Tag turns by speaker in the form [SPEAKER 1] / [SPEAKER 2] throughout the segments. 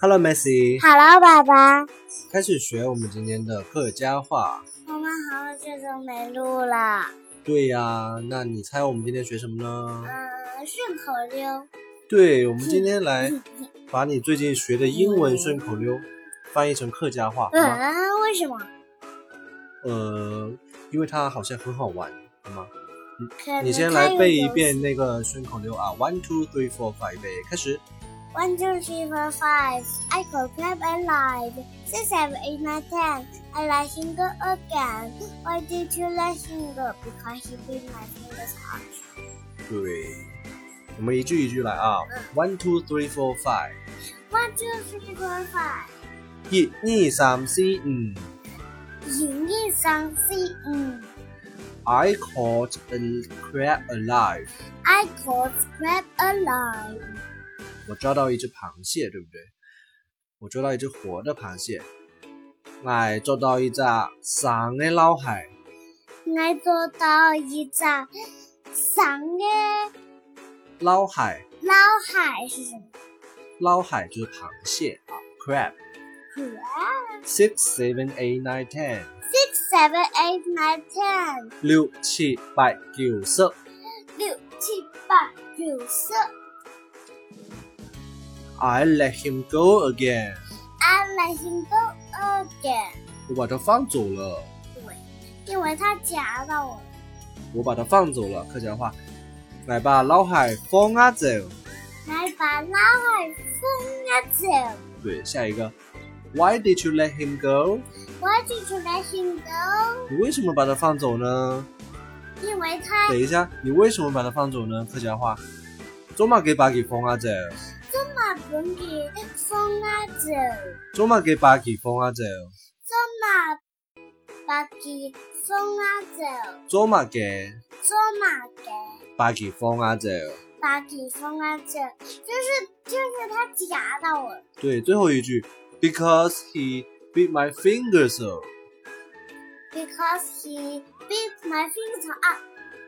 [SPEAKER 1] Hello Messi，
[SPEAKER 2] Hello，爸爸，
[SPEAKER 1] 开始学我们今天的客家话。
[SPEAKER 2] 我们好久都没录了。
[SPEAKER 1] 对呀、那你猜我们今天学什么呢？
[SPEAKER 2] 嗯，顺口溜。
[SPEAKER 1] 对，我们今天来把你最近学的英文顺口溜翻译成客家话，好吗？
[SPEAKER 2] 嗯，为什么？
[SPEAKER 1] 呃，因为它好像很好玩，好吗？
[SPEAKER 2] 可能
[SPEAKER 1] 你先来背一
[SPEAKER 2] 它有游戏。
[SPEAKER 1] 遍那个顺口溜啊，one two three four five，背开始。
[SPEAKER 2] One, two, three, four, five. I go grab a live. Six, seven, eight, nine, ten. I like him go again. Why did you like him go? Because he beat my fingers hard.
[SPEAKER 1] 对，我们一句一句来啊，one two three four five，
[SPEAKER 2] One, two, three, four, five.
[SPEAKER 1] 一二三四五。
[SPEAKER 2] 赢一三四五。
[SPEAKER 1] I caught a crab alive。
[SPEAKER 2] I caught grab a live.
[SPEAKER 1] 我抓到一只螃蟹，对不对？我抓到一只活的螃蟹。I 抓到一只生的老海。
[SPEAKER 2] 我做到一只三个。
[SPEAKER 1] 老海，
[SPEAKER 2] 捞海是什么？
[SPEAKER 1] 老海就是螃蟹啊，crab。
[SPEAKER 2] 可
[SPEAKER 1] Six, seven, eight, nine, ten，
[SPEAKER 2] six seven eight nine ten
[SPEAKER 1] 六七八九十。
[SPEAKER 2] 六七八九十。
[SPEAKER 1] I let him go again。
[SPEAKER 2] I let him go again，
[SPEAKER 1] 我把它放走了，
[SPEAKER 2] 因为他夹到我了。
[SPEAKER 1] 我把它放走了。客家话，来把老海放啊走。
[SPEAKER 2] 来把捞海风啊走。
[SPEAKER 1] 对，下一个，Why did you let him go？
[SPEAKER 2] Why did you let him go？
[SPEAKER 1] 你为什么把它放走呢？
[SPEAKER 2] 因为他
[SPEAKER 1] 等一下，你为什么把它放走呢？客家话，做嘛给把给放啊走，
[SPEAKER 2] 这么本给风啊走，这
[SPEAKER 1] 做嘛给把给放啊走，
[SPEAKER 2] 么把给风啊走，
[SPEAKER 1] 做嘛给
[SPEAKER 2] 这么给。
[SPEAKER 1] 把给放啊走。
[SPEAKER 2] 把给风啊走，就是就是他夹到我了。
[SPEAKER 1] 对，最后一句，Because he bit my fingers off。
[SPEAKER 2] because he beat my fingers up，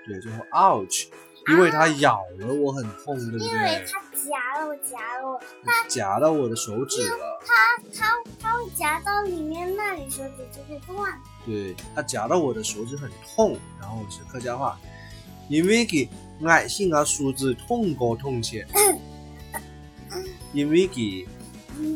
[SPEAKER 1] 对，最后 ouch，因为它咬了我很痛，对不
[SPEAKER 2] 因为
[SPEAKER 1] 对？
[SPEAKER 2] 他夹了我，夹了我，
[SPEAKER 1] 夹到我的手指了，
[SPEAKER 2] 他他他会夹到里面那里，手指就会断了。
[SPEAKER 1] 对，它夹到我的手指很痛。然后是客家话，因为给俺性啊手指痛过痛切，因为给。
[SPEAKER 2] 你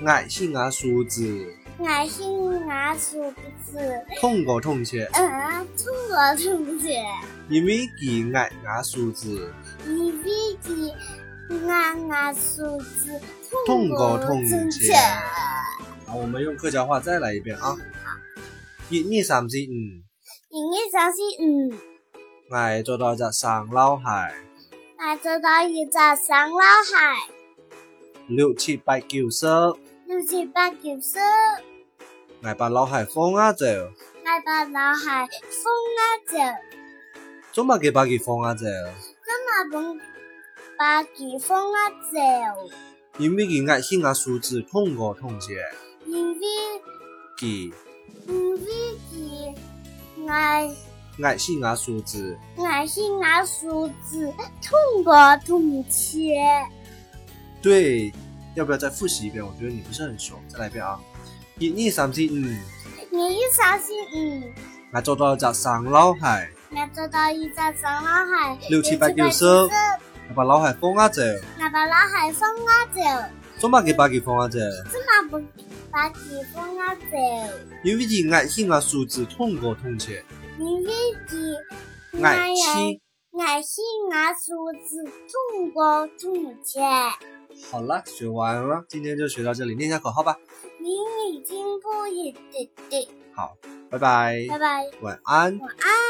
[SPEAKER 2] 你
[SPEAKER 1] 爱心啊，梳子，
[SPEAKER 2] 爱心拿手不是，
[SPEAKER 1] 痛过痛切，
[SPEAKER 2] 嗯，痛啊痛姐，
[SPEAKER 1] 因为给爱啊梳子，
[SPEAKER 2] 你比你拿拿手指
[SPEAKER 1] 痛过
[SPEAKER 2] 过
[SPEAKER 1] 痛
[SPEAKER 2] 痛
[SPEAKER 1] 切。好，我们用客家话再来一遍啊！一、二、三、四、五，
[SPEAKER 2] 你一张是嗯，
[SPEAKER 1] 爱做到只生老海，
[SPEAKER 2] 我走到一只上老海，
[SPEAKER 1] 六七八九十，
[SPEAKER 2] 六七八九十。
[SPEAKER 1] 爱把老海放啊走，
[SPEAKER 2] 爱把脑海风啊走，
[SPEAKER 1] 做嘛给把给放啊走，
[SPEAKER 2] 那本把给风啊走，
[SPEAKER 1] 因为给爱心啊梳子痛过痛切，
[SPEAKER 2] 因为
[SPEAKER 1] 给
[SPEAKER 2] 因为给爱
[SPEAKER 1] 爱心啊梳子
[SPEAKER 2] 爱心拿梳子痛过痛切，
[SPEAKER 1] 对，要不要再复习一遍？我觉得你不是很熟，再来一遍啊！一、二、三、四、五。
[SPEAKER 2] 你一小心嗯，
[SPEAKER 1] 我做到只生老海，
[SPEAKER 2] 要走到一张上脑海，
[SPEAKER 1] 六七八九十，我把老海放啊走，
[SPEAKER 2] 那把脑海风啊走，
[SPEAKER 1] 做嘛给把给放啊走，
[SPEAKER 2] 这那本把给风啊走，
[SPEAKER 1] 因为伊爱心啊数字痛过痛切，
[SPEAKER 2] 因为给
[SPEAKER 1] 爱心。
[SPEAKER 2] 爱心拿梳子痛过痛切。
[SPEAKER 1] 好了，学完了，今天就学到这里，念一下口号吧。
[SPEAKER 2] 你已经不一对对，
[SPEAKER 1] 好，拜拜，
[SPEAKER 2] 拜拜，
[SPEAKER 1] 晚安。
[SPEAKER 2] 晚安。